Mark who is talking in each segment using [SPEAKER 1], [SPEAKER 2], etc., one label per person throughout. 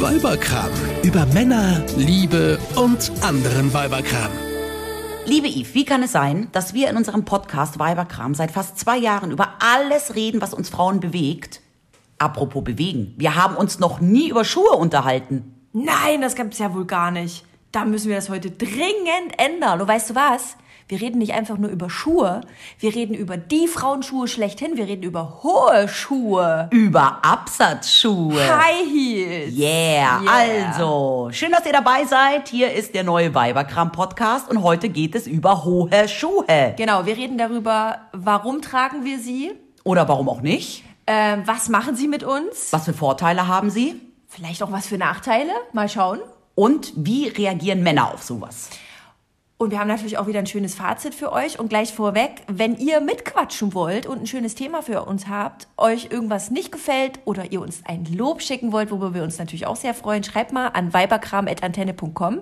[SPEAKER 1] Weiberkram. Über Männer, Liebe und anderen Weiberkram.
[SPEAKER 2] Liebe Yves, wie kann es sein, dass wir in unserem Podcast Weiberkram seit fast zwei Jahren über alles reden, was uns Frauen bewegt? Apropos bewegen, wir haben uns noch nie über Schuhe unterhalten.
[SPEAKER 3] Nein, das gab's ja wohl gar nicht. Da müssen wir das heute dringend ändern. Und weißt du was? Wir reden nicht einfach nur über Schuhe. Wir reden über die Frauenschuhe schlechthin. Wir reden über hohe Schuhe.
[SPEAKER 2] Über Absatzschuhe.
[SPEAKER 3] High Heels.
[SPEAKER 2] Yeah,
[SPEAKER 3] Yeah.
[SPEAKER 2] also, schön, dass ihr dabei seid. Hier ist der neue Weiberkram-Podcast und heute geht es über hohe Schuhe.
[SPEAKER 3] Genau, wir reden darüber, warum tragen wir sie?
[SPEAKER 2] Oder warum auch nicht?
[SPEAKER 3] Ähm, was machen sie mit uns?
[SPEAKER 2] Was für Vorteile haben sie?
[SPEAKER 3] Vielleicht auch was für Nachteile? Mal schauen.
[SPEAKER 2] Und wie reagieren Männer auf sowas?
[SPEAKER 3] Und wir haben natürlich auch wieder ein schönes Fazit für euch. Und gleich vorweg, wenn ihr mitquatschen wollt und ein schönes Thema für uns habt, euch irgendwas nicht gefällt oder ihr uns ein Lob schicken wollt, worüber wir uns natürlich auch sehr freuen, schreibt mal an weiberkram.antenne.com.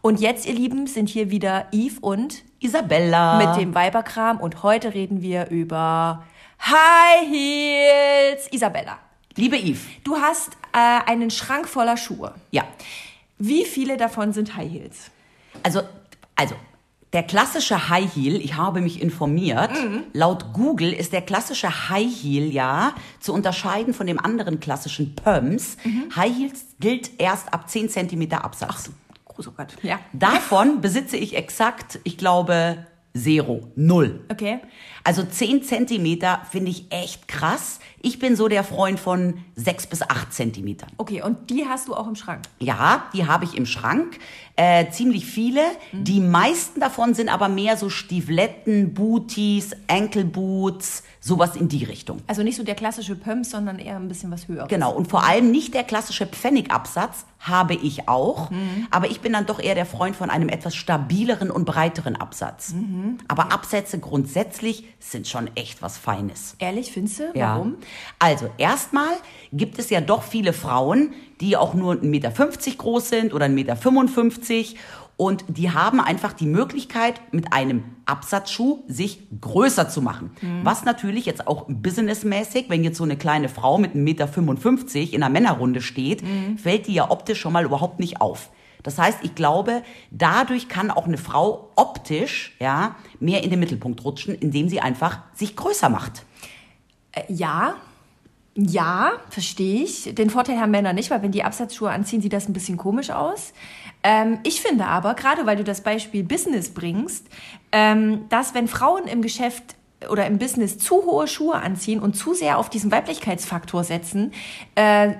[SPEAKER 3] Und jetzt, ihr Lieben, sind hier wieder Yves und
[SPEAKER 2] Isabella.
[SPEAKER 3] mit dem Weiberkram. Und heute reden wir über High Heels. Isabella,
[SPEAKER 2] Liebe Yves.
[SPEAKER 3] du hast äh, einen Schrank voller Schuhe.
[SPEAKER 2] Ja.
[SPEAKER 3] Wie viele davon sind High Heels?
[SPEAKER 2] Also, also der klassische High Heel, ich habe mich informiert,
[SPEAKER 3] Mhm.
[SPEAKER 2] laut Google ist der klassische High Heel ja zu unterscheiden von dem anderen klassischen Pumps.
[SPEAKER 3] Mhm.
[SPEAKER 2] High Heels gilt erst ab 10 cm Absatz.
[SPEAKER 3] Großer Gott. Ja.
[SPEAKER 2] Davon besitze ich exakt, ich glaube, Zero, null.
[SPEAKER 3] Okay.
[SPEAKER 2] Also 10 Zentimeter finde ich echt krass. Ich bin so der Freund von 6 bis 8 Zentimetern.
[SPEAKER 3] Okay, und die hast du auch im Schrank.
[SPEAKER 2] Ja, die habe ich im Schrank. Äh, ziemlich viele. Die meisten davon sind aber mehr so Stiefletten, Booties, Ankle-Boots, sowas in die Richtung.
[SPEAKER 3] Also nicht so der klassische Pumps, sondern eher ein bisschen was höher.
[SPEAKER 2] Genau. Und vor allem nicht der klassische Pfennigabsatz habe ich auch. Aber ich bin dann doch eher der Freund von einem etwas stabileren und breiteren Absatz. Aber Absätze grundsätzlich sind schon echt was Feines.
[SPEAKER 3] Ehrlich, findest du?
[SPEAKER 2] Ja.
[SPEAKER 3] Warum?
[SPEAKER 2] Also erstmal gibt es ja doch viele Frauen, die auch nur 1,50 Meter groß sind oder 1,55 Meter. Und die haben einfach die Möglichkeit, mit einem Absatzschuh sich größer zu machen. Was natürlich jetzt auch businessmäßig, wenn jetzt so eine kleine Frau mit 1,55 Meter in einer Männerrunde steht, fällt die ja optisch schon mal überhaupt nicht auf. Das heißt, ich glaube, dadurch kann auch eine Frau optisch ja, mehr in den Mittelpunkt rutschen, indem sie einfach sich größer macht.
[SPEAKER 3] Äh, ja. Ja, verstehe ich. Den Vorteil haben Männer nicht, weil wenn die Absatzschuhe anziehen, sieht das ein bisschen komisch aus. Ähm, ich finde aber, gerade weil du das Beispiel Business bringst, ähm, dass wenn Frauen im Geschäft oder im Business zu hohe Schuhe anziehen und zu sehr auf diesen Weiblichkeitsfaktor setzen, äh,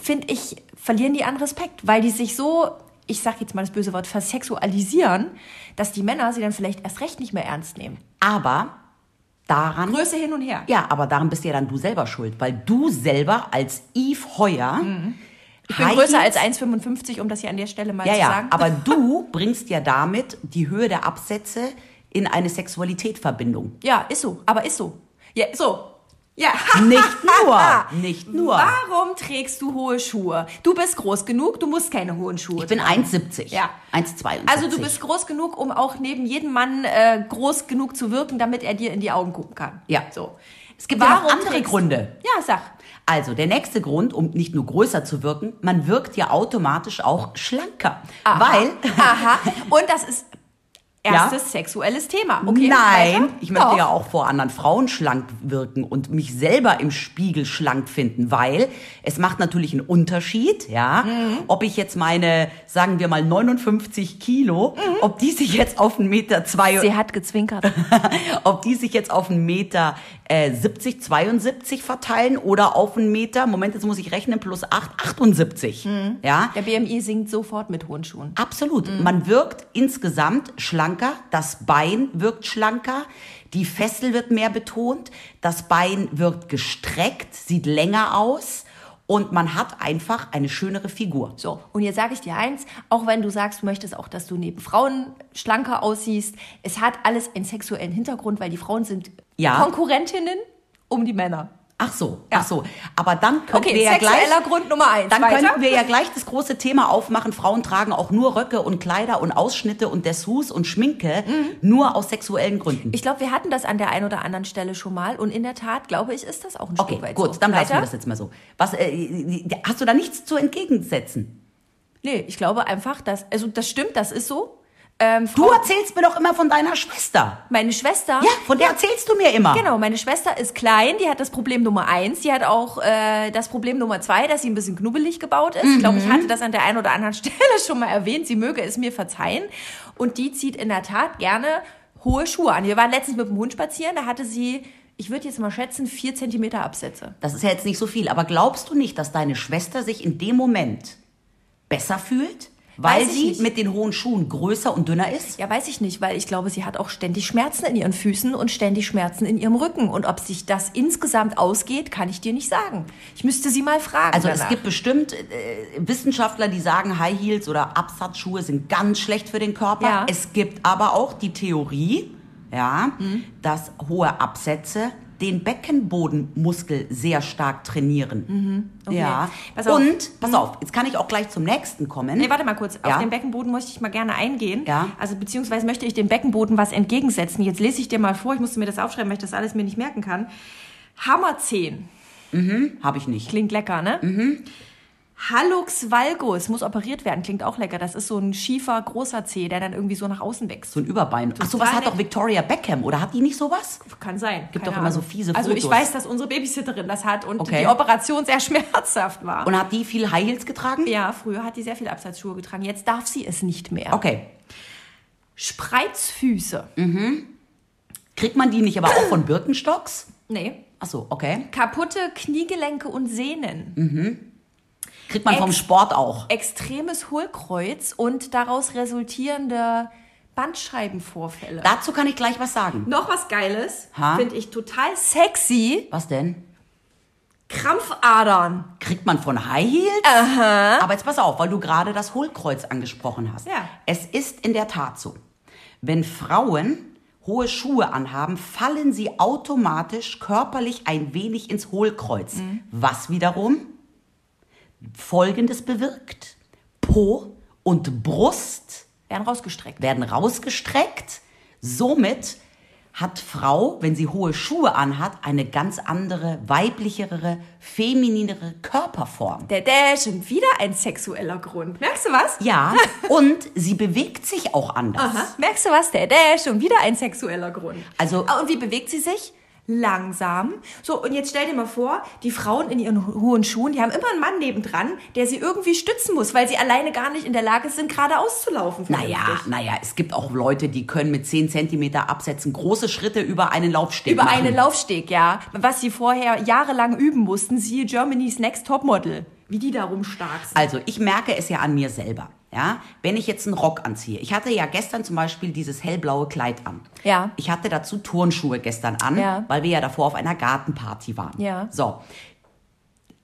[SPEAKER 3] finde ich, verlieren die an Respekt, weil die sich so, ich sag jetzt mal das böse Wort, versexualisieren, dass die Männer sie dann vielleicht erst recht nicht mehr ernst nehmen.
[SPEAKER 2] Aber daran.
[SPEAKER 3] Größe hin und her.
[SPEAKER 2] Ja, aber daran bist ja dann du selber schuld, weil du selber als Eve Heuer.
[SPEAKER 3] Mhm. Ich bin größer als 1,55, um das hier an der Stelle mal
[SPEAKER 2] Ja,
[SPEAKER 3] zu
[SPEAKER 2] ja,
[SPEAKER 3] sagen.
[SPEAKER 2] aber du bringst ja damit die Höhe der Absätze in eine Sexualitätverbindung.
[SPEAKER 3] ja, ist so, aber ist so. Ja, so. Ja.
[SPEAKER 2] Nicht nur, nicht nur.
[SPEAKER 3] Warum trägst du hohe Schuhe? Du bist groß genug, du musst keine hohen Schuhe
[SPEAKER 2] Ich bin 1,70.
[SPEAKER 3] Ja.
[SPEAKER 2] 1,72.
[SPEAKER 3] Also du bist groß genug, um auch neben jedem Mann äh, groß genug zu wirken, damit er dir in die Augen gucken kann.
[SPEAKER 2] Ja.
[SPEAKER 3] So.
[SPEAKER 2] Es gibt ja noch andere
[SPEAKER 3] trägst du-
[SPEAKER 2] Gründe.
[SPEAKER 3] Ja, sag.
[SPEAKER 2] Also der nächste Grund, um nicht nur größer zu wirken, man wirkt ja automatisch auch schlanker.
[SPEAKER 3] Aha.
[SPEAKER 2] Weil
[SPEAKER 3] Aha. Und das ist erstes
[SPEAKER 2] Ja.
[SPEAKER 3] sexuelles Thema. Okay,
[SPEAKER 2] Nein,
[SPEAKER 3] weiter?
[SPEAKER 2] ich möchte
[SPEAKER 3] Doch.
[SPEAKER 2] ja auch vor anderen Frauen schlank wirken und mich selber im Spiegel schlank finden, weil es macht natürlich einen Unterschied, ja,
[SPEAKER 3] Mhm.
[SPEAKER 2] ob ich jetzt meine, sagen wir mal 59 Kilo,
[SPEAKER 3] Mhm.
[SPEAKER 2] ob die sich jetzt auf einen Meter zwei,
[SPEAKER 3] Sie hat gezwinkert.
[SPEAKER 2] ob die sich jetzt auf einen Meter äh, 70, 72 verteilen oder auf einen Meter, Moment, jetzt muss ich rechnen, plus 8, 78,
[SPEAKER 3] Mhm.
[SPEAKER 2] ja.
[SPEAKER 3] Der BMI sinkt sofort mit hohen Schuhen.
[SPEAKER 2] Absolut.
[SPEAKER 3] Mhm.
[SPEAKER 2] Man wirkt insgesamt schlanker, das Bein wirkt schlanker, die Fessel wird mehr betont, das Bein wirkt gestreckt, sieht länger aus und man hat einfach eine schönere Figur.
[SPEAKER 3] So, und jetzt sage ich dir eins, auch wenn du sagst, du möchtest auch, dass du neben Frauen schlanker aussiehst, es hat alles einen sexuellen Hintergrund, weil die Frauen sind
[SPEAKER 2] Ja.
[SPEAKER 3] Konkurrentinnen um die Männer.
[SPEAKER 2] Ach so, ach so. Aber dann könnten
[SPEAKER 3] Okay,
[SPEAKER 2] wir ja gleich,
[SPEAKER 3] sexueller Grund Nummer eins.
[SPEAKER 2] dann
[SPEAKER 3] Weiter.
[SPEAKER 2] könnten wir ja gleich das große Thema aufmachen. Frauen tragen auch nur Röcke und Kleider und Ausschnitte und Dessous und Schminke nur aus sexuellen Gründen.
[SPEAKER 3] Mhm. Ich glaube, wir hatten das an der einen oder anderen Stelle schon mal und in der Tat, glaube ich, ist das auch ein
[SPEAKER 2] okay,
[SPEAKER 3] Stück weit
[SPEAKER 2] gut,
[SPEAKER 3] so.
[SPEAKER 2] dann lassen wir das
[SPEAKER 3] Weiter?
[SPEAKER 2] jetzt mal so. Was äh, hast du da nichts zu entgegensetzen?
[SPEAKER 3] Nee, ich glaube einfach, dass, also das stimmt, das ist so. Ähm,
[SPEAKER 2] Du
[SPEAKER 3] Frau-
[SPEAKER 2] erzählst mir doch immer von deiner Schwester.
[SPEAKER 3] meine Schwester.
[SPEAKER 2] Ja, von der erzählst du mir immer.
[SPEAKER 3] Genau, meine Schwester ist klein, die hat das Problem Nummer eins, die hat auch äh, das Problem Nummer zwei, dass sie ein bisschen knubbelig gebaut ist. Ich glaube,
[SPEAKER 2] Mhm.
[SPEAKER 3] ich hatte das an der einen oder anderen Stelle schon mal erwähnt, sie möge es mir verzeihen. Und die zieht in der Tat gerne hohe Schuhe an. Wir waren letztens mit dem Hund spazieren, da hatte sie, ich würde jetzt mal schätzen, vier Zentimeter Absätze.
[SPEAKER 2] Das ist ja jetzt nicht so viel, aber glaubst du nicht, dass deine Schwester sich in dem Moment besser fühlt, weil
[SPEAKER 3] Weiß ich
[SPEAKER 2] sie
[SPEAKER 3] nicht.
[SPEAKER 2] mit den hohen Schuhen größer und dünner ist?
[SPEAKER 3] Ja, weiß ich nicht, weil ich glaube, sie hat auch ständig Schmerzen in ihren Füßen und ständig Schmerzen in ihrem Rücken. Und ob sich das insgesamt ausgeht, kann ich dir nicht sagen. Ich müsste sie mal fragen.
[SPEAKER 2] Also es
[SPEAKER 3] danach.
[SPEAKER 2] gibt bestimmt äh, Wissenschaftler, die sagen, High Heels oder Absatzschuhe sind ganz schlecht für den Körper.
[SPEAKER 3] Ja.
[SPEAKER 2] Es gibt aber auch die Theorie, ja,
[SPEAKER 3] Mhm.
[SPEAKER 2] dass hohe Absätze den Beckenbodenmuskel sehr stark trainieren.
[SPEAKER 3] Mhm. okay.
[SPEAKER 2] Ja.
[SPEAKER 3] Pass auf. Mhm.
[SPEAKER 2] Und pass auf, jetzt kann ich auch gleich zum nächsten kommen.
[SPEAKER 3] Nee, warte mal kurz.
[SPEAKER 2] Hm? Ja.
[SPEAKER 3] Auf den Beckenboden möchte ich mal gerne eingehen.
[SPEAKER 2] Ja.
[SPEAKER 3] Also beziehungsweise möchte ich dem Beckenboden was entgegensetzen. Jetzt lese ich dir mal vor. Ich musste mir das aufschreiben, weil ich das alles mir nicht merken kann. Hammerzehen.
[SPEAKER 2] Habe ich nicht.
[SPEAKER 3] Klingt lecker, ne? Mhm. Hallux valgus muss operiert werden. Klingt auch lecker. Das ist so ein schiefer, großer Zeh, der dann irgendwie so nach außen wächst.
[SPEAKER 2] So ein Überbein. Ach, sowas
[SPEAKER 3] Total
[SPEAKER 2] hat doch
[SPEAKER 3] nett.
[SPEAKER 2] Victoria Beckham, oder hat die nicht sowas?
[SPEAKER 3] Kann sein.
[SPEAKER 2] Gibt
[SPEAKER 3] Keine
[SPEAKER 2] doch immer so
[SPEAKER 3] Ahnung.
[SPEAKER 2] fiese
[SPEAKER 3] Also ich
[SPEAKER 2] Fotos.
[SPEAKER 3] weiß, dass unsere Babysitterin das hat und
[SPEAKER 2] Okay.
[SPEAKER 3] die Operation sehr schmerzhaft war.
[SPEAKER 2] Und hat die viel High Heels getragen?
[SPEAKER 3] ja, früher hat die sehr viele Absatzschuhe getragen. Jetzt darf sie es nicht mehr.
[SPEAKER 2] Okay. Mhm.
[SPEAKER 3] Spreizfüße.
[SPEAKER 2] Kriegt man die nicht aber auch von Birkenstocks?
[SPEAKER 3] Nee.
[SPEAKER 2] Ach so, okay.
[SPEAKER 3] Kaputte Kniegelenke und Sehnen.
[SPEAKER 2] Kriegt man vom
[SPEAKER 3] Ex-
[SPEAKER 2] Sport auch.
[SPEAKER 3] Extremes Hohlkreuz und daraus resultierende Bandscheibenvorfälle.
[SPEAKER 2] Dazu kann ich gleich was sagen.
[SPEAKER 3] Noch was Geiles,
[SPEAKER 2] Ha?
[SPEAKER 3] finde ich total sexy.
[SPEAKER 2] Was denn?
[SPEAKER 3] Krampfadern.
[SPEAKER 2] Kriegt man von High Heels? Aha. Aber jetzt pass auf, weil du gerade das Hohlkreuz angesprochen hast.
[SPEAKER 3] Ja.
[SPEAKER 2] Es ist in der Tat so. Wenn Frauen hohe Schuhe anhaben, fallen sie automatisch körperlich ein wenig ins Hohlkreuz. Was wiederum Folgendes bewirkt. Po und Brust
[SPEAKER 3] Werden rausgestreckt.
[SPEAKER 2] werden rausgestreckt. Somit hat Frau, wenn sie hohe Schuhe anhat, eine ganz andere, weiblichere, femininere Körperform.
[SPEAKER 3] Der Dash, schon wieder ein sexueller Grund. Merkst du was?
[SPEAKER 2] Ja, und sie bewegt sich auch anders.
[SPEAKER 3] Aha. Merkst du was? Der Dash, schon wieder ein sexueller Grund.
[SPEAKER 2] Also-
[SPEAKER 3] Ah, und wie bewegt sie sich? Langsam. So, und jetzt stell dir mal vor, die Frauen in ihren ho- hohen Schuhen, die haben immer einen Mann nebendran, der sie irgendwie stützen muss, weil sie alleine gar nicht in der Lage sind, geradeaus zu laufen.
[SPEAKER 2] Naja,
[SPEAKER 3] vernünftig.
[SPEAKER 2] naja, es gibt auch Leute, die können mit 10 cm Absätzen große Schritte über einen Laufsteg
[SPEAKER 3] Über
[SPEAKER 2] machen.
[SPEAKER 3] einen Laufsteg, ja. Was sie vorher jahrelang üben mussten, siehe Germany's Next Topmodel. Wie die da rumstark sind.
[SPEAKER 2] Also ich merke es ja an mir selber. Ja, wenn ich jetzt einen Rock anziehe. Ich hatte ja gestern zum Beispiel dieses hellblaue Kleid an.
[SPEAKER 3] Ja.
[SPEAKER 2] Ich hatte dazu Turnschuhe gestern an,
[SPEAKER 3] Ja.
[SPEAKER 2] weil wir ja davor auf einer Gartenparty waren.
[SPEAKER 3] Ja.
[SPEAKER 2] So.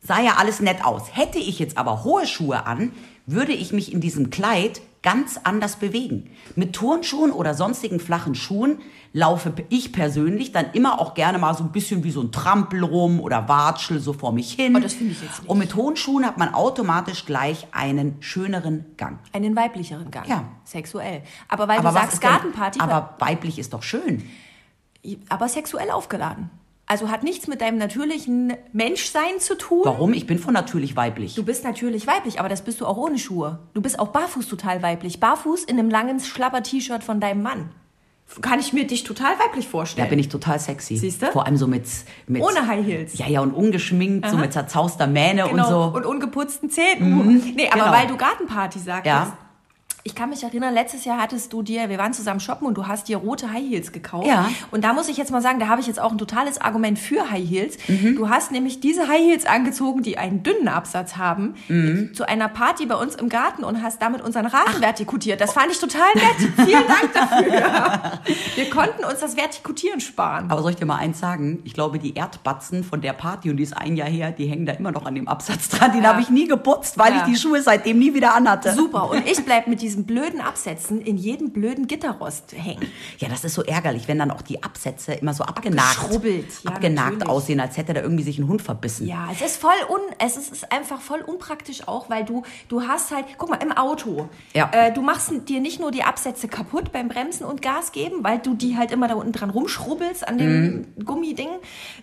[SPEAKER 2] Sah ja alles nett aus. Hätte ich jetzt aber hohe Schuhe an, würde ich mich in diesem Kleid ganz anders bewegen. Mit Turnschuhen oder sonstigen flachen Schuhen laufe ich persönlich dann immer auch gerne mal so ein bisschen wie so ein Trampel rum oder Watschel so vor mich hin.
[SPEAKER 3] Oh, das finde ich jetzt nicht.
[SPEAKER 2] Und mit hohen Schuhen hat man automatisch gleich einen schöneren Gang.
[SPEAKER 3] Einen weiblicheren Gang.
[SPEAKER 2] Ja.
[SPEAKER 3] Sexuell. Aber weil du
[SPEAKER 2] was
[SPEAKER 3] sagst
[SPEAKER 2] ist denn-
[SPEAKER 3] Gartenparty,
[SPEAKER 2] Aber weiblich ist doch schön.
[SPEAKER 3] aber sexuell aufgeladen. Also hat nichts mit deinem natürlichen Menschsein zu tun.
[SPEAKER 2] Warum? Ich bin von natürlich weiblich.
[SPEAKER 3] Du bist natürlich weiblich, aber das bist du auch ohne Schuhe. Du bist auch barfuß total weiblich. Barfuß in einem langen Schlapper-T-Shirt von deinem Mann. Kann ich mir dich total weiblich
[SPEAKER 2] Da
[SPEAKER 3] vorstellen.
[SPEAKER 2] bin ich total sexy.
[SPEAKER 3] Siehste?
[SPEAKER 2] Vor allem so mit, mit
[SPEAKER 3] Ohne High Heels.
[SPEAKER 2] Ja, ja, und ungeschminkt, so mit zerzauster Mähne
[SPEAKER 3] genau.
[SPEAKER 2] und so.
[SPEAKER 3] und ungeputzten Zähnen. Nee, aber
[SPEAKER 2] Genau.
[SPEAKER 3] weil du Gartenparty sagtest.
[SPEAKER 2] Ja.
[SPEAKER 3] Ich kann mich erinnern, letztes Jahr hattest du dir, wir waren zusammen shoppen und du hast dir rote High Heels gekauft.
[SPEAKER 2] Ja.
[SPEAKER 3] Und da muss ich jetzt mal sagen, da habe ich jetzt auch ein totales Argument für High Heels. Du hast nämlich diese High Heels angezogen, die einen dünnen Absatz haben, zu einer Party bei uns im Garten und hast damit unseren Rasen vertikutiert. Das fand ich total nett. Vielen Dank dafür. wir konnten uns das Vertikutieren sparen.
[SPEAKER 2] Aber soll ich dir mal eins sagen? Ich glaube, die Erdbatzen von der Party, und die ist ein Jahr her, die hängen da immer noch an dem Absatz dran. Den
[SPEAKER 3] Ja.
[SPEAKER 2] habe ich nie geputzt, weil
[SPEAKER 3] Ja.
[SPEAKER 2] ich die Schuhe seitdem nie wieder anhatte.
[SPEAKER 3] Super. Und ich bleib mit diesen blöden Absätzen in jedem blöden Gitterrost hängen.
[SPEAKER 2] Ja, das ist so ärgerlich, wenn dann auch die Absätze immer so abgenagt,
[SPEAKER 3] Abgeschrubbelt, ja,
[SPEAKER 2] abgenagt
[SPEAKER 3] natürlich.
[SPEAKER 2] aussehen, als hätte da irgendwie sich ein Hund verbissen.
[SPEAKER 3] Ja, es ist voll un, es ist, ist einfach voll unpraktisch auch, weil du, du hast halt, guck mal, im Auto,
[SPEAKER 2] Ja.
[SPEAKER 3] äh, du machst dir nicht nur die Absätze kaputt beim Bremsen und Gas geben, weil du die halt immer da unten dran rumschrubbelst an dem
[SPEAKER 2] Mhm.
[SPEAKER 3] Gummiding,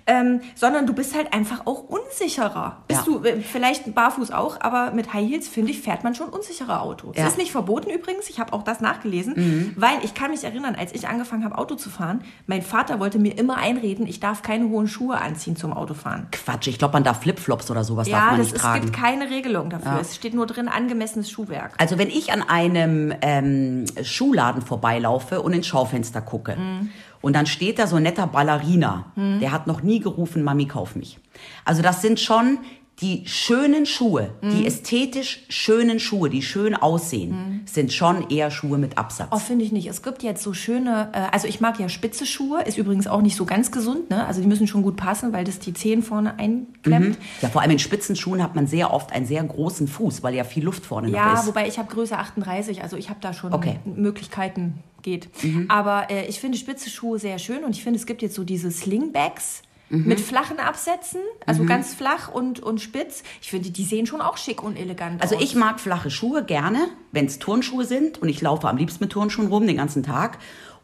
[SPEAKER 3] ähm, sondern du bist halt einfach auch unsicherer.
[SPEAKER 2] Ja.
[SPEAKER 3] Bist du äh, vielleicht barfuß auch, aber mit High Heels, finde ich, fährt man schon unsicherer Auto.
[SPEAKER 2] Ja. Mhm.
[SPEAKER 3] Es ist nicht verboten übrigens, ich habe auch das nachgelesen, weil ich kann mich erinnern, als ich angefangen habe, Auto zu fahren, mein Vater wollte mir immer einreden, ich darf keine hohen Schuhe anziehen zum Autofahren.
[SPEAKER 2] Quatsch, ich glaube, man darf Flipflops oder sowas
[SPEAKER 3] Ja,
[SPEAKER 2] darf man
[SPEAKER 3] das,
[SPEAKER 2] nicht
[SPEAKER 3] es
[SPEAKER 2] tragen.
[SPEAKER 3] gibt keine Regelung dafür. Es steht nur drin, angemessenes Schuhwerk.
[SPEAKER 2] Also wenn ich an einem ähm, Schuhladen vorbeilaufe und ins Schaufenster gucke
[SPEAKER 3] Mhm.
[SPEAKER 2] und dann steht da so ein netter Ballerina, der hat noch nie gerufen, Mami, kauf mich. Also das sind schon die schönen Schuhe, die
[SPEAKER 3] Mhm.
[SPEAKER 2] ästhetisch schönen Schuhe, die schön aussehen, sind schon eher Schuhe mit Absatz.
[SPEAKER 3] Oh, finde ich nicht. Es gibt jetzt so schöne, äh, also ich mag ja spitze Schuhe, ist übrigens auch nicht so ganz gesund, ne? Also die müssen schon gut passen, weil das die Zehen vorne einklemmt.
[SPEAKER 2] Ja, vor allem in spitzen Schuhen hat man sehr oft einen sehr großen Fuß, weil ja viel Luft vorne noch
[SPEAKER 3] Ja,
[SPEAKER 2] ist.
[SPEAKER 3] wobei ich habe Größe 38, also ich habe da schon
[SPEAKER 2] Okay. Mhm.
[SPEAKER 3] Möglichkeiten, geht. Aber äh, ich finde spitze Schuhe sehr schön und ich finde, es gibt jetzt so diese Slingbacks.
[SPEAKER 2] Mhm.
[SPEAKER 3] Mit flachen Absätzen, also ganz flach und, und spitz. Ich finde, die sehen schon auch schick und elegant
[SPEAKER 2] Also
[SPEAKER 3] aus.
[SPEAKER 2] ich mag flache Schuhe gerne, wenn es Turnschuhe sind und ich laufe am liebsten mit Turnschuhen rum den ganzen Tag.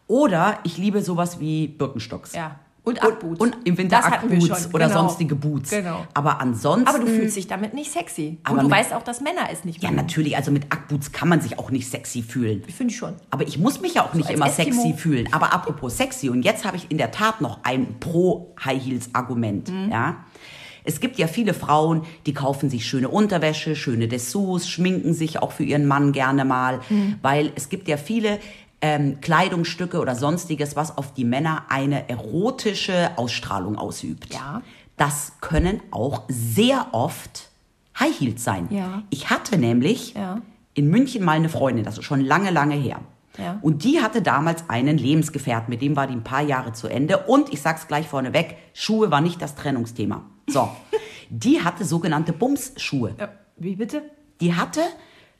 [SPEAKER 2] Oder ich liebe sowas wie Birkenstocks.
[SPEAKER 3] Ja. Und
[SPEAKER 2] Und,
[SPEAKER 3] Ackboots.
[SPEAKER 2] und im Winter
[SPEAKER 3] Das hatten wir
[SPEAKER 2] Ackboots
[SPEAKER 3] schon,
[SPEAKER 2] oder
[SPEAKER 3] genau.
[SPEAKER 2] sonstige Boots.
[SPEAKER 3] Genau.
[SPEAKER 2] Aber ansonsten.
[SPEAKER 3] Aber du fühlst dich damit nicht sexy.
[SPEAKER 2] Aber
[SPEAKER 3] und du
[SPEAKER 2] mit-
[SPEAKER 3] weißt auch, dass Männer es nicht
[SPEAKER 2] ja,
[SPEAKER 3] machen.
[SPEAKER 2] natürlich, also mit Ackboots kann man sich auch nicht sexy fühlen.
[SPEAKER 3] Finde ich schon.
[SPEAKER 2] Aber ich muss mich ja auch nicht
[SPEAKER 3] als
[SPEAKER 2] immer
[SPEAKER 3] Eskimo.
[SPEAKER 2] sexy fühlen. Aber apropos sexy, und jetzt habe ich in der Tat noch ein Pro-High Heels-Argument.
[SPEAKER 3] Mhm.
[SPEAKER 2] Ja? Es gibt ja viele Frauen, die kaufen sich schöne Unterwäsche, schöne Dessous, schminken sich auch für ihren Mann gerne mal,
[SPEAKER 3] Mhm.
[SPEAKER 2] weil es gibt ja viele ähm, Kleidungsstücke oder sonstiges, was auf die Männer eine erotische Ausstrahlung ausübt.
[SPEAKER 3] Ja.
[SPEAKER 2] Das können auch sehr oft High Heels sein.
[SPEAKER 3] Ja.
[SPEAKER 2] Ich hatte nämlich
[SPEAKER 3] Ja.
[SPEAKER 2] in München mal eine Freundin, das ist schon lange, lange her.
[SPEAKER 3] Ja.
[SPEAKER 2] Und die hatte damals einen Lebensgefährten, mit dem war die ein paar Jahre zu Ende. Und ich sag's gleich vorneweg, Schuhe war nicht das Trennungsthema. So, die hatte sogenannte Bumsschuhe.
[SPEAKER 3] Ja, wie bitte?
[SPEAKER 2] Die hatte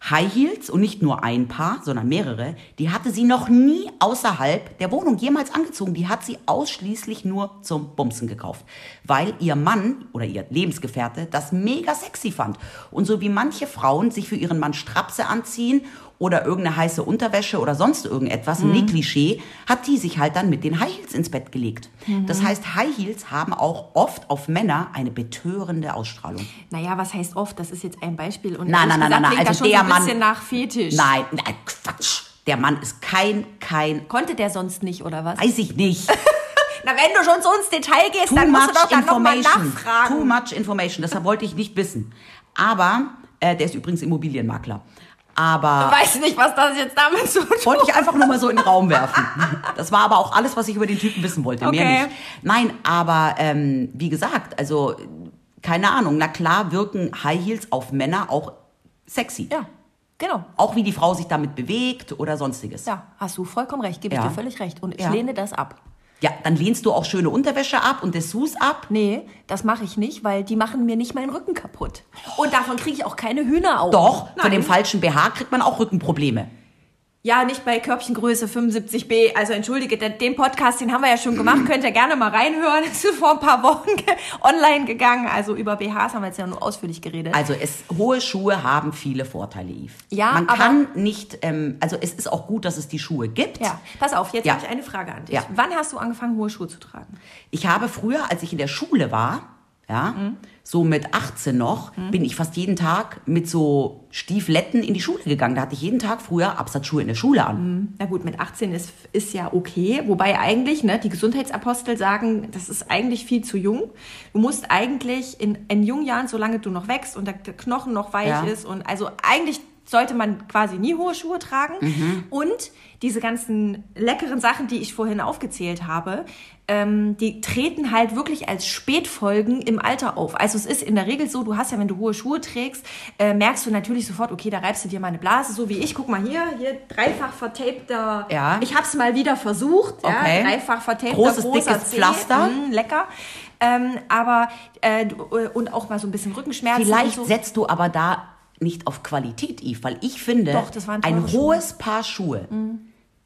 [SPEAKER 2] High Heels und nicht nur ein Paar, sondern mehrere. Die hatte sie noch nie außerhalb der Wohnung jemals angezogen. Die hat sie ausschließlich nur zum Bumsen gekauft, weil ihr Mann oder ihr Lebensgefährte das mega sexy fand. Und so wie manche Frauen sich für ihren Mann Strapse anziehen oder irgendeine heiße Unterwäsche oder sonst irgendetwas, ein Nähklischee, hat die sich halt dann mit den High Heels ins Bett gelegt. Das heißt, High Heels haben auch oft auf Männer eine betörende Ausstrahlung.
[SPEAKER 3] Nein, was heißt oft? Das ist jetzt ein Beispiel. Und
[SPEAKER 2] Nein,
[SPEAKER 3] ehrlich
[SPEAKER 2] nein, nein,
[SPEAKER 3] gesagt
[SPEAKER 2] nein,
[SPEAKER 3] klingt das
[SPEAKER 2] also
[SPEAKER 3] schon so
[SPEAKER 2] der
[SPEAKER 3] ein
[SPEAKER 2] Mann-
[SPEAKER 3] bisschen nach Fetisch.
[SPEAKER 2] Nein, nein, Quatsch. Der Mann ist kein, kein,
[SPEAKER 3] Konnte der sonst nicht, oder was?
[SPEAKER 2] weiß ich nicht.
[SPEAKER 3] Na, wenn du schon so ins Detail gehst,
[SPEAKER 2] Too
[SPEAKER 3] dann musst du
[SPEAKER 2] much
[SPEAKER 3] doch dann nochmal
[SPEAKER 2] information. Too
[SPEAKER 3] nachfragen.
[SPEAKER 2] much information. Deshalb wollte ich nicht wissen. Aber, äh, der ist übrigens Immobilienmakler. Aber
[SPEAKER 3] Weiß nicht, was das jetzt damit zu tun
[SPEAKER 2] wollte ich einfach nur mal so in den Raum werfen. Das war aber auch alles, was ich über den Typen wissen wollte.
[SPEAKER 3] Okay.
[SPEAKER 2] Mehr nicht. Nein, aber ähm, wie gesagt, also keine Ahnung. Na klar wirken High Heels auf Männer auch sexy.
[SPEAKER 3] Ja, genau.
[SPEAKER 2] Auch wie die Frau sich damit bewegt oder sonstiges.
[SPEAKER 3] Ja, hast du vollkommen recht. Gebe ich
[SPEAKER 2] Ja.
[SPEAKER 3] dir völlig recht. Und ich
[SPEAKER 2] Ja.
[SPEAKER 3] lehne das ab.
[SPEAKER 2] Ja, dann lehnst du auch schöne Unterwäsche ab und Dessous ab.
[SPEAKER 3] Nee, das mache ich nicht, weil die machen mir nicht meinen Rücken kaputt. Und davon kriege ich auch keine Hühneraugen.
[SPEAKER 2] Doch, von
[SPEAKER 3] Nein.
[SPEAKER 2] dem falschen BH kriegt man auch Rückenprobleme.
[SPEAKER 3] Ja, nicht bei Körbchengröße 75b. Also entschuldige, den- den Podcast, den haben wir ja schon gemacht. Könnt ihr gerne mal reinhören. Ist vor ein paar Wochen ge- online gegangen. Also über BHs haben wir jetzt ja nur ausführlich geredet.
[SPEAKER 2] Also es, hohe Schuhe haben viele Vorteile, Yves.
[SPEAKER 3] Ja,
[SPEAKER 2] man
[SPEAKER 3] aber-
[SPEAKER 2] kann nicht, ähm, also es ist auch gut, dass es die Schuhe gibt.
[SPEAKER 3] Ja, pass auf, jetzt
[SPEAKER 2] Ja.
[SPEAKER 3] habe ich eine Frage an dich.
[SPEAKER 2] Ja.
[SPEAKER 3] Wann hast du angefangen, hohe Schuhe zu tragen?
[SPEAKER 2] Ich habe früher, als ich in der Schule war, ja,
[SPEAKER 3] Mhm.
[SPEAKER 2] so mit 18 noch, bin ich fast jeden Tag mit so Stiefletten in die Schule gegangen. Da hatte ich jeden Tag früher Absatzschuhe in der Schule an.
[SPEAKER 3] ähm, Na gut, mit 18 ist, ist ja okay. Wobei eigentlich, ne, die Gesundheitsapostel sagen, das ist eigentlich viel zu jung. Du musst eigentlich in, in jungen Jahren, solange du noch wächst und der Knochen noch weich
[SPEAKER 2] Ja.
[SPEAKER 3] ist und also eigentlich sollte man quasi nie hohe Schuhe tragen.
[SPEAKER 2] Mhm.
[SPEAKER 3] Und diese ganzen leckeren Sachen, die ich vorhin aufgezählt habe, ähm, die treten halt wirklich als Spätfolgen im Alter auf. Also es ist in der Regel so, du hast ja, wenn du hohe Schuhe trägst, äh, merkst du natürlich sofort, okay, da reibst du dir mal eine Blase, so wie ich. Guck mal hier, hier dreifach vertapter.
[SPEAKER 2] Ja.
[SPEAKER 3] Ich hab's mal wieder versucht.
[SPEAKER 2] Okay.
[SPEAKER 3] Ja, dreifach vertapter,
[SPEAKER 2] Großes,
[SPEAKER 3] großer
[SPEAKER 2] dickes
[SPEAKER 3] Zeh.
[SPEAKER 2] Pflaster.
[SPEAKER 3] Mm, lecker. Ähm, aber äh, du- äh, und auch mal so ein bisschen Rückenschmerzen.
[SPEAKER 2] Vielleicht
[SPEAKER 3] und so.
[SPEAKER 2] setzt du aber da nicht auf Qualität, Yves, weil ich finde,
[SPEAKER 3] Doch, das waren teure
[SPEAKER 2] ein
[SPEAKER 3] Schuhe.
[SPEAKER 2] hohes Paar Schuhe,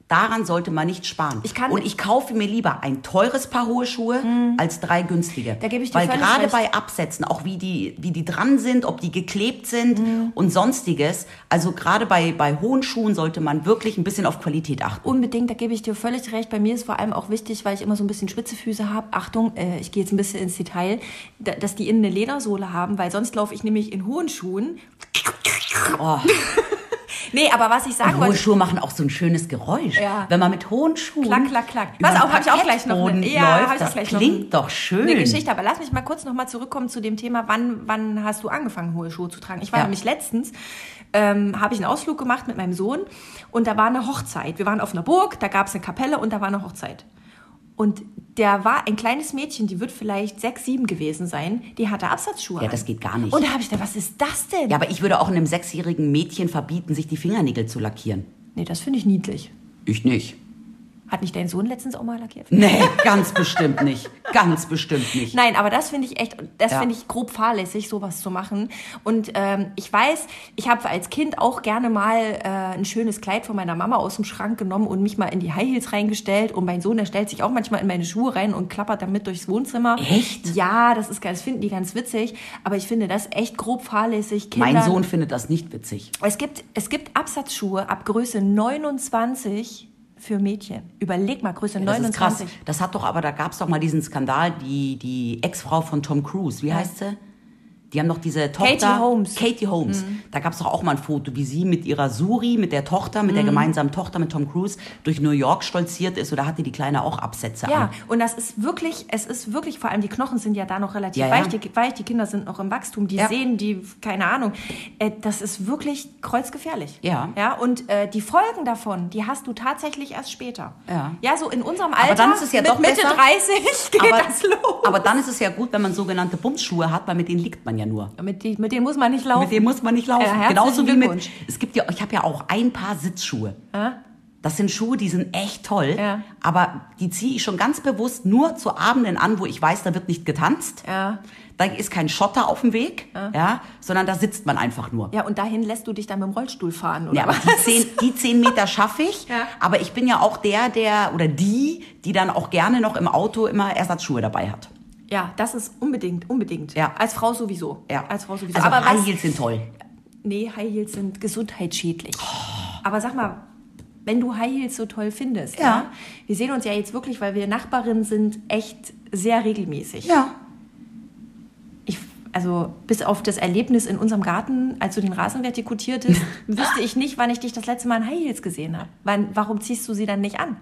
[SPEAKER 2] daran sollte man nicht sparen.
[SPEAKER 3] Mhm. Ich kann- Mhm.
[SPEAKER 2] Und ich kaufe mir lieber ein teures Paar hohe Schuhe als drei günstige.
[SPEAKER 3] Da gebe ich dir
[SPEAKER 2] weil
[SPEAKER 3] völlig
[SPEAKER 2] gerade
[SPEAKER 3] recht.
[SPEAKER 2] bei Absätzen, auch wie die, wie die dran sind, ob die geklebt sind
[SPEAKER 3] Mhm.
[SPEAKER 2] und sonstiges, also gerade bei, bei hohen Schuhen sollte man wirklich ein bisschen auf Qualität achten.
[SPEAKER 3] Unbedingt, da gebe ich dir völlig recht. Bei mir ist vor allem auch wichtig, weil ich immer so ein bisschen spitze Füße habe. Achtung, äh, ich gehe jetzt ein bisschen ins Detail, da, dass die innen eine Ledersohle haben, weil sonst laufe ich nämlich in hohen Schuhen.
[SPEAKER 2] Oh.
[SPEAKER 3] Nee, aber was ich sagen
[SPEAKER 2] Hohe
[SPEAKER 3] wollte,
[SPEAKER 2] Schuhe machen auch so ein schönes Geräusch.
[SPEAKER 3] Ja.
[SPEAKER 2] Wenn man mit hohen Schuhen.
[SPEAKER 3] Klack, klack, klack.
[SPEAKER 2] über
[SPEAKER 3] Pass
[SPEAKER 2] den
[SPEAKER 3] auf, hab ich auch gleich noch eine-
[SPEAKER 2] Parkettboden
[SPEAKER 3] Ja, hab
[SPEAKER 2] läuft,
[SPEAKER 3] ich auch
[SPEAKER 2] das
[SPEAKER 3] gleich noch
[SPEAKER 2] klingt
[SPEAKER 3] eine-
[SPEAKER 2] doch schön.
[SPEAKER 3] eine Geschichte, aber lass mich mal kurz nochmal zurückkommen zu dem Thema, wann, wann hast du angefangen, hohe Schuhe zu tragen? Ich war
[SPEAKER 2] Ja.
[SPEAKER 3] nämlich letztens, ähm, habe ich einen Ausflug gemacht mit meinem Sohn und da war eine Hochzeit. Wir waren auf einer Burg, da gab es eine Kapelle und da war eine Hochzeit. Und da war ein kleines Mädchen, die wird vielleicht sechs, sieben gewesen sein, die hatte Absatzschuhe.
[SPEAKER 2] Ja,
[SPEAKER 3] an.
[SPEAKER 2] das geht gar nicht.
[SPEAKER 3] Und da habe ich gedacht, was ist das denn?
[SPEAKER 2] Ja, aber ich würde auch einem sechsjährigen Mädchen verbieten, sich die Fingernägel zu lackieren.
[SPEAKER 3] Nee, das finde ich niedlich.
[SPEAKER 2] Ich nicht.
[SPEAKER 3] Hat nicht dein Sohn letztens auch mal lackiert?
[SPEAKER 2] Nee, ganz bestimmt nicht. Ganz bestimmt nicht.
[SPEAKER 3] Nein, aber das finde ich echt, das
[SPEAKER 2] Ja.
[SPEAKER 3] finde ich grob fahrlässig, sowas zu machen. Und ähm, ich weiß, ich habe als Kind auch gerne mal äh, ein schönes Kleid von meiner Mama aus dem Schrank genommen und mich mal in die High Heels reingestellt. Und mein Sohn, der stellt sich auch manchmal in meine Schuhe rein und klappert damit durchs Wohnzimmer.
[SPEAKER 2] Echt?
[SPEAKER 3] Ja, das ist ganz, finden die ganz witzig. Aber ich finde das echt grob fahrlässig. Kinder,
[SPEAKER 2] Mein Sohn findet das nicht witzig.
[SPEAKER 3] Es gibt, es gibt Absatzschuhe ab Größe 29 für Mädchen. Überleg mal, Größe
[SPEAKER 2] Das ist krass.
[SPEAKER 3] 29.
[SPEAKER 2] Das hat doch aber, da gab es doch mal diesen Skandal, die, die Ex-Frau von Tom Cruise, wie heißt sie? Die haben doch diese Tochter.
[SPEAKER 3] Katie Holmes. Mhm.
[SPEAKER 2] Katie Holmes. Da gab es doch auch mal ein Foto, wie sie mit ihrer Suri, mit der Tochter, mit der
[SPEAKER 3] Mhm.
[SPEAKER 2] gemeinsamen Tochter mit Tom Cruise durch New York stolziert ist. Und da hatte die Kleine auch Absätze
[SPEAKER 3] Ja,
[SPEAKER 2] an.
[SPEAKER 3] und das ist wirklich, es ist wirklich, vor allem die Knochen sind ja da noch relativ
[SPEAKER 2] Ja, ja.
[SPEAKER 3] weich, Die, weich, die Kinder sind noch im Wachstum, die
[SPEAKER 2] Ja.
[SPEAKER 3] sehen, die, keine Ahnung. Äh, das ist wirklich kreuzgefährlich.
[SPEAKER 2] Ja.
[SPEAKER 3] Ja, und äh, die Folgen davon, die hast du tatsächlich erst später.
[SPEAKER 2] Ja.
[SPEAKER 3] Ja, so in unserem Alter,
[SPEAKER 2] dann ist es ja
[SPEAKER 3] mit
[SPEAKER 2] doch
[SPEAKER 3] Mitte
[SPEAKER 2] besser.
[SPEAKER 3] 30 geht das los.
[SPEAKER 2] aber dann ist es ja gut, wenn man sogenannte Bumsschuhe hat, weil mit denen liegt man ja nur.
[SPEAKER 3] mit, die, mit denen muss man nicht laufen.
[SPEAKER 2] Mit dem muss man nicht laufen.
[SPEAKER 3] Ja, Oh. Äh, herzlichen
[SPEAKER 2] Genauso wie mit.
[SPEAKER 3] Glückwunsch.
[SPEAKER 2] Es gibt ja, ich habe ja auch ein paar Sitzschuhe.
[SPEAKER 3] Ja.
[SPEAKER 2] Das sind Schuhe, die sind echt toll.
[SPEAKER 3] Ja.
[SPEAKER 2] Aber die ziehe ich schon ganz bewusst nur zu Abenden an, wo ich weiß, da wird nicht getanzt.
[SPEAKER 3] Ja.
[SPEAKER 2] Da ist kein Schotter auf dem Weg, ja. sondern da sitzt man einfach nur.
[SPEAKER 3] ja, und dahin lässt du dich dann mit dem Rollstuhl fahren, oder
[SPEAKER 2] Ja, aber
[SPEAKER 3] was?
[SPEAKER 2] die zehn, die zehn Meter schaffe ich.
[SPEAKER 3] Ja.
[SPEAKER 2] Aber ich bin ja auch der, der oder die, die dann auch gerne noch im Auto immer Ersatzschuhe dabei hat.
[SPEAKER 3] Ja, das ist unbedingt, unbedingt.
[SPEAKER 2] Ja.
[SPEAKER 3] Als Frau sowieso.
[SPEAKER 2] Ja.
[SPEAKER 3] Als Frau sowieso.
[SPEAKER 2] Also
[SPEAKER 3] aber
[SPEAKER 2] High
[SPEAKER 3] was,
[SPEAKER 2] Heels sind toll.
[SPEAKER 3] Nee, High Heels sind gesundheitsschädlich. Aber sag mal, wenn du High Heels so toll findest, ja.
[SPEAKER 2] Ah. Ja.
[SPEAKER 3] wir sehen uns ja jetzt wirklich, weil wir Nachbarinnen sind, echt sehr regelmäßig.
[SPEAKER 2] Ja.
[SPEAKER 3] Ich, also bis auf das Erlebnis in unserem Garten, als du den Rasen vertikuliertest, wüsste ich nicht, wann ich dich das letzte Mal in High Heels gesehen habe. Wann, warum ziehst du sie dann nicht an?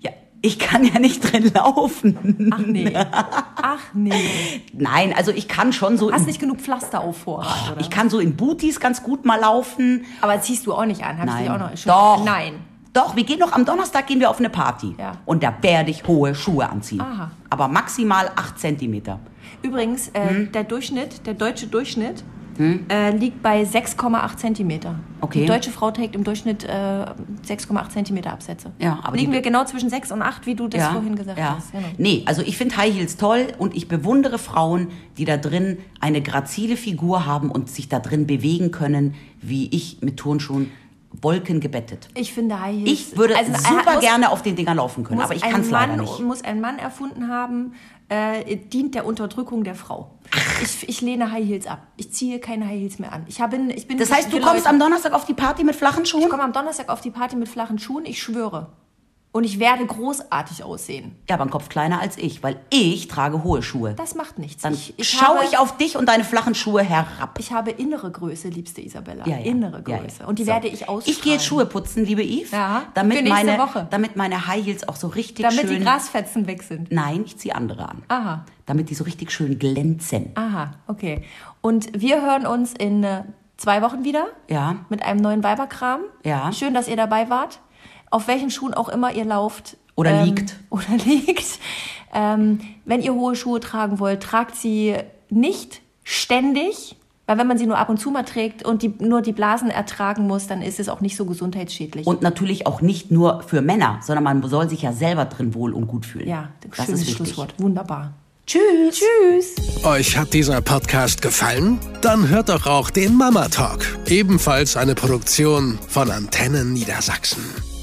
[SPEAKER 2] Ja. Ich kann ja nicht drin laufen.
[SPEAKER 3] Ach nee. Ach nee.
[SPEAKER 2] Nein, also ich kann schon so.
[SPEAKER 3] Hast
[SPEAKER 2] in-
[SPEAKER 3] nicht genug Pflaster auf Vorrat, oder?
[SPEAKER 2] Ah, Ich kann so in Booties ganz gut mal laufen.
[SPEAKER 3] Aber ziehst du auch nicht an, hab ich dich auch noch schon.
[SPEAKER 2] Doch.
[SPEAKER 3] Nein.
[SPEAKER 2] Doch, wir gehen noch am Donnerstag gehen wir auf eine Party.
[SPEAKER 3] Ja.
[SPEAKER 2] Und da werde ich hohe Schuhe anziehen.
[SPEAKER 3] Aha.
[SPEAKER 2] Aber maximal 8 Zentimeter.
[SPEAKER 3] Übrigens, äh,
[SPEAKER 2] Hm?
[SPEAKER 3] der Durchschnitt, der deutsche Durchschnitt äh, liegt bei 6,8 Zentimeter.
[SPEAKER 2] Okay.
[SPEAKER 3] Die deutsche Frau trägt im Durchschnitt äh, 6,8 Zentimeter Absätze.
[SPEAKER 2] Ja, aber
[SPEAKER 3] liegen
[SPEAKER 2] die-
[SPEAKER 3] wir genau zwischen 6 und 8, wie du das vorhin gesagt
[SPEAKER 2] ja.
[SPEAKER 3] hast. Genau.
[SPEAKER 2] Nee, also ich finde High Heels toll und ich bewundere Frauen, die da drin eine grazile Figur haben und sich da drin bewegen können, wie ich mit Turnschuhen Wolken gebettet.
[SPEAKER 3] Ich finde High Heels.
[SPEAKER 2] Ich würde
[SPEAKER 3] also, äh,
[SPEAKER 2] super
[SPEAKER 3] muss-
[SPEAKER 2] gerne auf den Dingern laufen können,
[SPEAKER 3] muss
[SPEAKER 2] aber ich
[SPEAKER 3] ein
[SPEAKER 2] kann es leider
[SPEAKER 3] Mann-
[SPEAKER 2] nicht.
[SPEAKER 3] Muss ein Mann erfunden haben, äh, dient der Unterdrückung der Frau. Ich, ich lehne High Heels ab. Ich ziehe keine High Heels mehr an. Ich habe, ich bin
[SPEAKER 2] Das heißt, du
[SPEAKER 3] für
[SPEAKER 2] kommst
[SPEAKER 3] Leute-
[SPEAKER 2] am Donnerstag auf die Party mit flachen Schuhen?
[SPEAKER 3] Ich komme am Donnerstag auf die Party mit flachen Schuhen, ich schwöre. Und ich werde großartig aussehen.
[SPEAKER 2] Ja, aber ein Kopf kleiner als ich, weil ich trage hohe Schuhe.
[SPEAKER 3] Das macht nichts.
[SPEAKER 2] Dann schaue
[SPEAKER 3] habe,
[SPEAKER 2] ich auf dich und deine flachen Schuhe herab.
[SPEAKER 3] Ich habe innere Größe, liebste Isabella.
[SPEAKER 2] Ja, ja.
[SPEAKER 3] Innere
[SPEAKER 2] Ja, ja.
[SPEAKER 3] Größe. Und die
[SPEAKER 2] So.
[SPEAKER 3] werde ich ausstrahlen.
[SPEAKER 2] Ich gehe jetzt Schuhe putzen, liebe Yves.
[SPEAKER 3] Ja,
[SPEAKER 2] damit
[SPEAKER 3] für nächste
[SPEAKER 2] meine,
[SPEAKER 3] Woche.
[SPEAKER 2] Damit meine High Heels auch so richtig
[SPEAKER 3] Damit
[SPEAKER 2] schön...
[SPEAKER 3] die Grasfetzen weg sind.
[SPEAKER 2] Nein, ich ziehe andere an.
[SPEAKER 3] Aha.
[SPEAKER 2] Damit die so richtig schön glänzen.
[SPEAKER 3] Aha, okay. Und wir hören uns in äh, zwei Wochen wieder.
[SPEAKER 2] Ja.
[SPEAKER 3] Mit einem neuen Weiberkram.
[SPEAKER 2] Ja.
[SPEAKER 3] Schön, dass ihr dabei wart. Auf welchen Schuhen auch immer ihr lauft. ähm,
[SPEAKER 2] Oder liegt.
[SPEAKER 3] Oder liegt. Ähm, wenn ihr hohe Schuhe tragen wollt, tragt sie nicht ständig. Weil wenn man sie nur ab und zu mal trägt und die, nur die Blasen ertragen muss, dann ist es auch nicht so gesundheitsschädlich.
[SPEAKER 2] Und natürlich auch nicht nur für Männer, sondern man soll sich ja selber drin wohl und gut fühlen.
[SPEAKER 3] ja,
[SPEAKER 2] das ist
[SPEAKER 3] schönes
[SPEAKER 2] wichtig.
[SPEAKER 3] Schlusswort. Wunderbar.
[SPEAKER 2] Tschüss.
[SPEAKER 3] Tschüss.
[SPEAKER 1] Euch hat dieser Podcast gefallen? Dann hört doch auch den Mama Talk, ebenfalls eine Produktion von Antennen Niedersachsen.